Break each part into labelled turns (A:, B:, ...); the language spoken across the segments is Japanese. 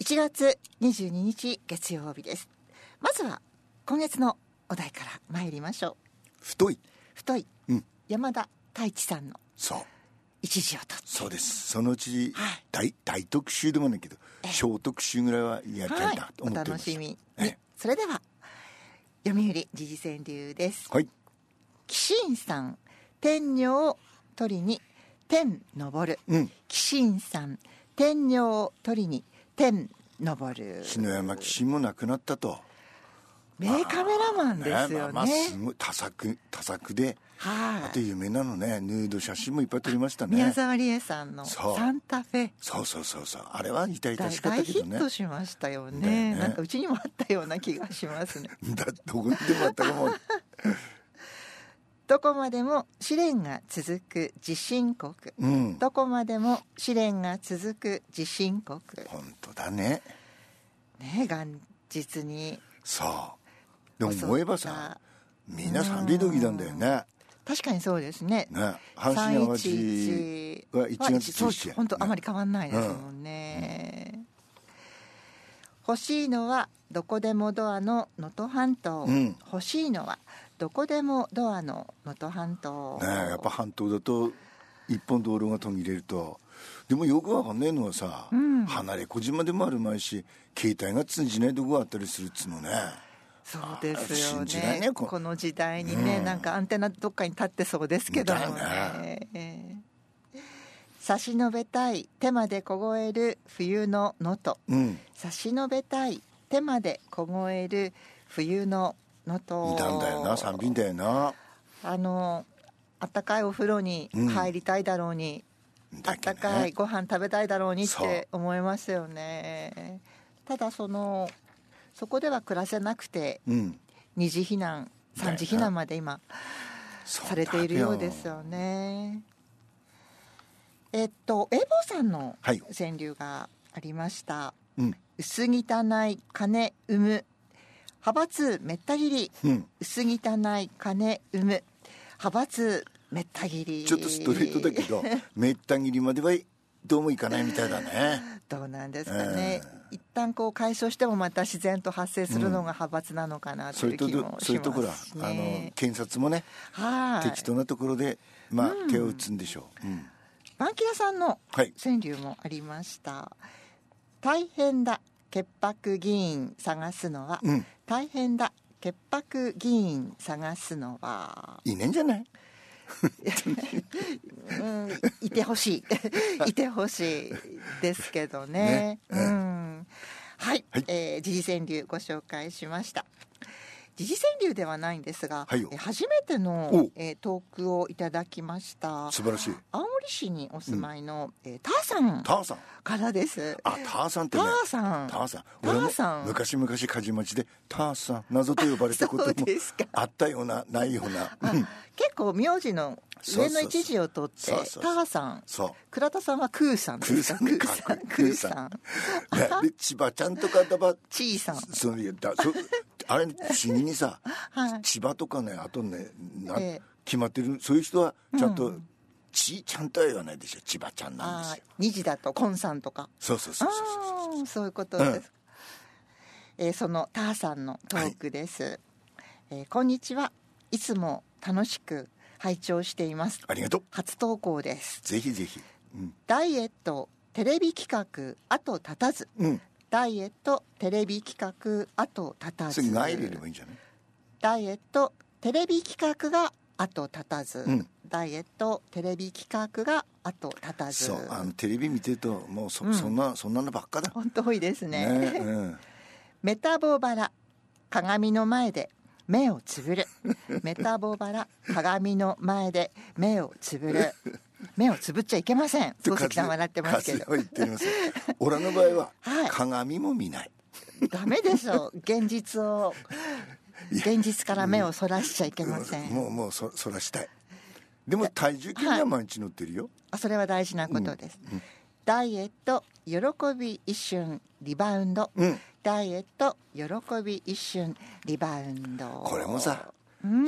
A: 1月22日月曜日ですまずは今月のお題から参りましょ
B: 太いう
A: 太い、
B: うん
A: 山田太一さんの
B: そう
A: 一時をとって
B: そうですそのうち
A: はい
B: 大大特集でもないけど小特集ぐらいはやりたいな
A: お
B: と思ってま
A: 楽
B: す、
A: しみに、
B: ええ
A: それでは読売時事川柳です
B: はい
A: 紀信さん天女を取りに天登る
B: うん
A: 紀信さん天女を取りに天登る
B: 篠山紀信も亡くなったと
A: 名カメラマンですよね,、
B: まあまあすごい多作多作であ
A: はい、
B: と有名なのねヌード写真もいっぱい撮りましたね
A: 宮沢りえさんの「
B: そう
A: サンタフェ
B: そうそうそうそうあれは痛々
A: 大
B: しかったけ
A: ヒ
B: どね
A: ットしましたよね
B: だよね
A: なんかうちにもあったような気がしますね
B: だどこにでもあった かも
A: どこまでも試練が続く地震国
B: うん
A: どこまでも試練が続く地震国
B: 本当だね
A: ね元日に
B: そうでも思えばさみんな三里時なんだよね
A: 確かにそうですね
B: ね阪神・淡路
A: 311
B: は1月
A: そう
B: 11や
A: 本当
B: ね
A: あまり変わんないですもんね、欲しいのはどこでもドアの能登半島、
B: うん
A: 欲しいのはどこでもドアの能登半島、
B: ねやっぱ半島だと一本道路が途切れるとでもよくわかんねえのはさ、
A: ん
B: 離れ小島でもあるまいし携帯が通じないとこがあったりするっつうのね
A: そうですよ
B: 信じな
A: ね
B: いね
A: こ
B: こ
A: の時代にね、なんかアンテナどっかに立ってそうですけども
B: だよ
A: ね、ええ差し伸べたい手まで凍える冬の能登
B: うん
A: 差し伸べたい手まで凍える冬の能登
B: いたんだよな三品だよな
A: あの暖かいお風呂に入りたいだろうに、
B: だけ
A: 暖
B: ど
A: かい
B: ね
A: ご飯食べたいだろうにっ
B: そ
A: て
B: う
A: 思いますよねただそのそこでは暮らせなくて
B: うん
A: 二次避難
B: だ
A: 三
B: よな
A: 次避難まで今
B: そう
A: されているようですよねえっとエボさんの
B: はい
A: 川柳がありました、
B: うん
A: 薄汚い金生む派閥めった切り
B: うん
A: 薄汚い金生む派閥めった切り
B: ちょっとストレートだけどめった切りまではどうもいかないみたいだね
A: どうなんですかね、一旦こう解消してもまた自然と発生するのが派閥なのかなと
B: そ
A: い
B: れ
A: う
B: と
A: 気
B: ど
A: も
B: そ
A: し
B: れとほら
A: ますし
B: あの
A: ね
B: 検察もね
A: はい
B: 適当なところでまあ手を打つんでしょう、うん
A: バンキラさんの
B: はい
A: 川柳もありました大変だ潔白議員探すのは、
B: うん
A: 大変だ潔白議員探すのはい
B: いねんじゃない
A: うん、いてほし いいてほしいですけどね
B: ね
A: うんはい、
B: はい
A: えー時事川柳ご紹介しました時事川柳ではないんですが、
B: はいよ
A: えー初めての
B: お、
A: えー、トークをいただきました
B: 素晴らしい
A: 青森市にお住まいの、えーターさん
B: ターさん
A: からです
B: あターさんって
A: タ
B: ね
A: ーさん
B: ターさん
A: ターさん
B: 俺も昔々鍛冶町でターさん謎と呼ばれたこ と
A: そう
B: も
A: ですか
B: あったようなないようなうん
A: 結構名字の上の一字を取って
B: そうそうそう
A: ターさん
B: そう
A: 倉田さんはクーさんですか
B: クーさん
A: クーさんクーさん
B: ねで千葉ちゃんとかだば
A: チーさん
B: そういやだそあれ不思議にさ、
A: はい
B: 千葉とかねあとねな、
A: ええ
B: 決まってるそういう人はちゃんと、ちちゃんとは言わないでしょ千葉ちゃんなんで
A: あ
B: す
A: ー
B: よ
A: 二時だとコンさんとか
B: そうそうそうそうそう
A: あーそういうことです、えーそのターさんのトークです、えーこんにちはいつも楽しく拝聴しています
B: ありがとう
A: 初投稿です
B: ぜひぜひうん、
A: ダイエットテレビ企画後立たず
B: うん、
A: ダイエットテレビ企画後立た
B: そ
A: ず
B: れが入れればいいんじゃない
A: ダイエットテレビ企画が後立たず、
B: うん
A: ダイエットテレビ企画が後立たず
B: そうあのテレビ見てるともうそ,、
A: うん
B: そんなそんなのばっかだ
A: 本当多いですね
B: うん、
A: メタボバラ鏡の前で目をつぶるメタボバラ鏡の前で目をつぶる目をつぶっちゃいけません漱石さん笑ってますけど
B: カズは言ってます俺の場合は、
A: はい
B: 鏡も見ない
A: ダメでしょう現実を
B: いや
A: 現実から目をそらしちゃいけません
B: もうもうそそらしたいでも体重計には毎日乗ってるよ、
A: あそれは大事なことです、ダイエット喜び一瞬リバウンド、
B: うん
A: ダイエット喜び一瞬リバウンド
B: これもさ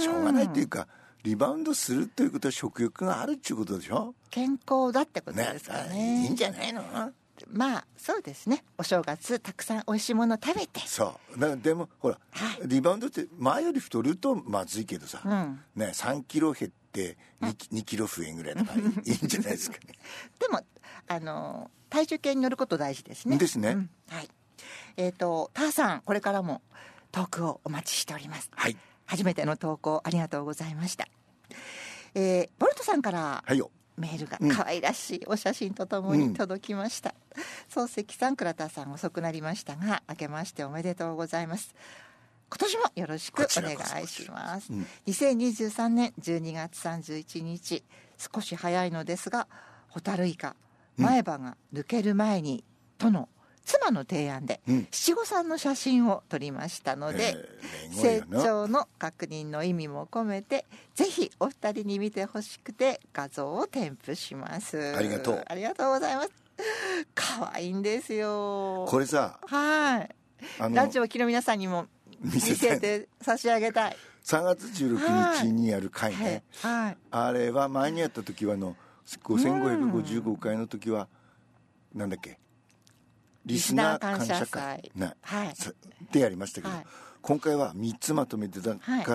B: しょうがないっていうかリバウンドするということは食欲があるっていうことでしょ
A: 健康だってこと
B: ね
A: ですかね
B: いいんじゃないの
A: まあそうですねお正月たくさん美味しいもの食べて
B: そうなでもほら、リバウンドって前より太るとまずいけどさ、
A: う
B: ね、3キロ減って2キ 2, キロ増えんぐら いだからいいいいんじゃないですかね
A: でもあの体重計に乗ること大事ですね
B: ですね
A: うんはいえっ、とターさんこれからもトークをお待ちしております
B: はい
A: 初めての投稿ありがとうございましたえー、ボルトさんから
B: はいよ
A: メールが
B: うん
A: 可愛らしいお写真とともに届きました、漱石さん倉田さん遅くなりましたが明けましておめでとうございます今年もよろしくお
B: こちら
A: 願
B: こそ
A: いします
B: うん
A: 2023年12月31日少し早いのですがホタルイカ
B: うん
A: 前歯が抜ける前に、との妻の提案で、
B: うん
A: 七五三の写真を撮りましたので、
B: えー
A: 成
B: 年号やな
A: 長の確認の意味も込めてぜひお二人に見てほしくて画像を添付します
B: ありがとう
A: ありがとうございます可愛いんですよ
B: これさ
A: はい
B: あの
A: ラジオ機の皆さんにも見
B: 見せた
A: せ
B: い
A: て差し上げたい
B: 3月16日にやる回
A: はい
B: ね、
A: はい
B: あれは前にやった時はあの5555回の時はなんだっけリスナー感謝会
A: リスナー
B: な
A: 感謝祭はい
B: さでやりましたけど、
A: はい
B: 今回は3つまとめてだから、
A: はい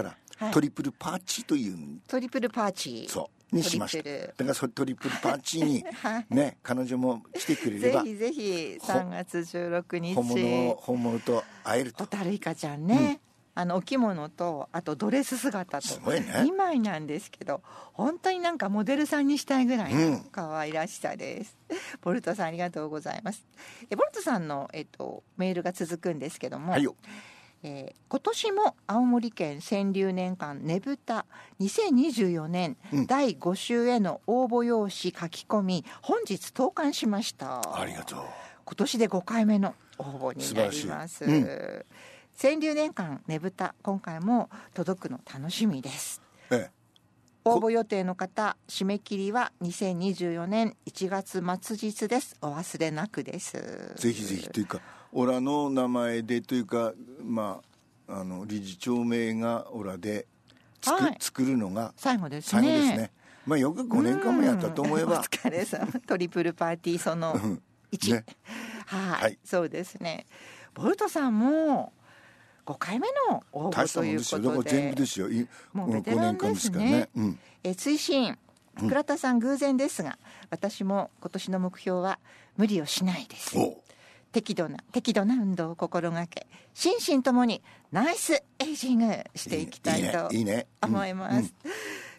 A: はい
B: トリプルパーチというん
A: トリプルパーチ
B: そうにしました
A: トリプル
B: だからそれトリプルパー チに、
A: はい
B: ね彼女も来てくれれ
A: ぜ
B: ば
A: ひぜひ3月16日
B: 本物を本物と会える
A: ホ
B: と
A: タルイカちゃんね、あのお着物とあとドレス姿と
B: すごいね
A: 2枚なんですけど本当になんかモデルさんにしたいぐらい
B: うん
A: の可愛らしさです、 ボルトさんありがとうございますえボルトさんの、えっと、メールが続くんですけども、
B: はいよ
A: えー今年も青森県川柳年間ねぶた2024年
B: うん
A: 第5週への応募用紙書き込み本日投函しました
B: ありがとう
A: 今年で5回目の応募になります、
B: 素晴らし
A: 川柳年間ねぶた今回も届くの楽しみです
B: ええ
A: 応募予定の方締め切りは2024年1月末日ですお忘れなくです
B: ぜひぜひというかオラの名前でというかまああの理事長名がオラで作,、
A: はい
B: 作るのが
A: 最後ですね
B: 最後ですねまあよく5年間もやったと思え
A: うんお
B: ば
A: 疲れ様トリプルパーティーその1、
B: ね
A: はい、
B: はい
A: そうですねボルトさんも5回目の応
B: 大
A: 募
B: した
A: と
B: も
A: い
B: ん
A: うこと
B: ですよだから
A: で
B: 全部ですよいこ
A: もう
B: の
A: ベテ
B: 5
A: ラン
B: 年間ですからね
A: ですね
B: うん、
A: えー推進倉田さん偶然ですが、私も今年の目標は無理をしないです
B: おう
A: 適度な適度な運動を心がけ心身ともにナイスエイジングしていきたいと
B: いいねいいねうん
A: 思います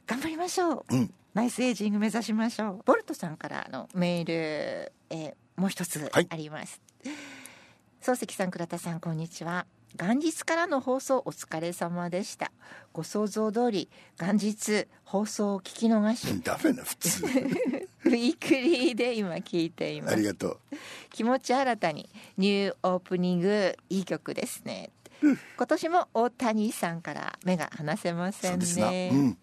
A: 頑張りましょう、
B: うん
A: ナイスエイジング目指しましょうボルトさんからのメール、えーもう一つ
B: はい
A: あります、漱石さん倉田さんこんにちは元日からの放送お疲れ様でしたご想像通り元日放送を聞き逃し
B: ダメな普通
A: ウィークリーで今聞いていま
B: あ
A: す
B: りがとう
A: 気持ち新たにニューオープニングいい曲ですね今年も大谷さんから目が離せませ
B: そうんですな、
A: ね、
B: うん、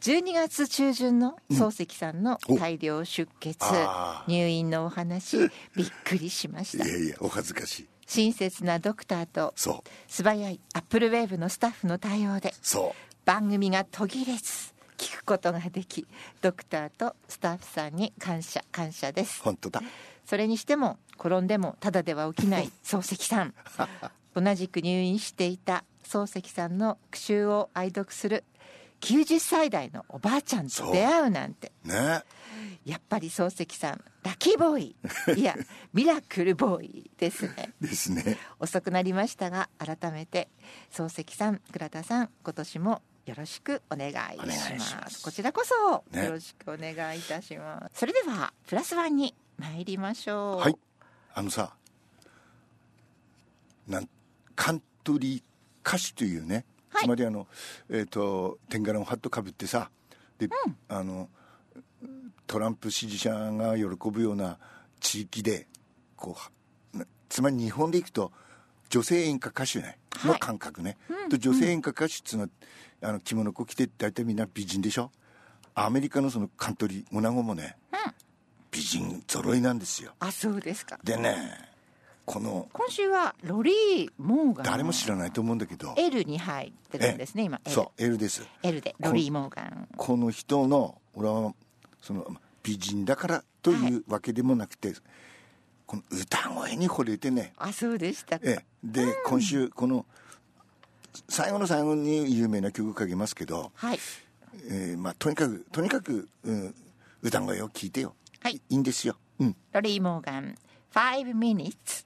A: 12月中旬の漱石さんの大量出血、
B: あー
A: 入院のお 話びっくりしまし
B: い
A: た
B: やいやお恥ずかしい
A: 親切なドクターと
B: そう
A: 素早いアップルウェーブのスタッフの対応で
B: そ
A: 番組が途切れず聞くことができドクターとスタッフさんに感謝感謝です
B: う本当だ
A: それにしても転んでもただでは起きない 漱石さん同じく入院していた漱石さんの苦習を愛読する90歳代のおばあちゃんと出会うなんて
B: ね
A: やっぱり漱石さんラッキーボー イいやミラクルボーイですね
B: ですね
A: 遅くなりましたが改めて漱石さん倉田さん今年もよろしくお願いし
B: お願いし
A: ます
B: ます
A: こちらこそ
B: ね
A: よろしくお願いいたします、それではプラスワンに参りましょう
B: はいあのさなんカントリー歌手というね、
A: はい
B: つまりあの、えー、と天柄のハットかぶってさで、あのトランプ支持者が喜ぶような地域でこうはなつまり日本でいくと女性演歌歌手ね
A: はい
B: の感覚ね、と女性演歌歌手っつうのはあの着物子着て大体みんな美人でしょアメリカのそのカントリー女子もね、美人揃いなんですよ
A: あそうですか
B: でねこの
A: 今週はロリー・モーガン
B: 誰も知らないと思うんだけど
A: L に入ってるんですね今 L,
B: そう L です
A: L でロリー・モーガン
B: この人の俺はその美人だからというわけでもなくて、この歌声に惚れてね、
A: あそうでしたか
B: ええ、で、今週この最後の最後に有名な曲かけますけど、
A: はい
B: えーまあ、とにかくとにかく、うん、歌声を聴いてよ、
A: はい
B: いんですよ、うん、
A: ロリー・モーガン5 minutes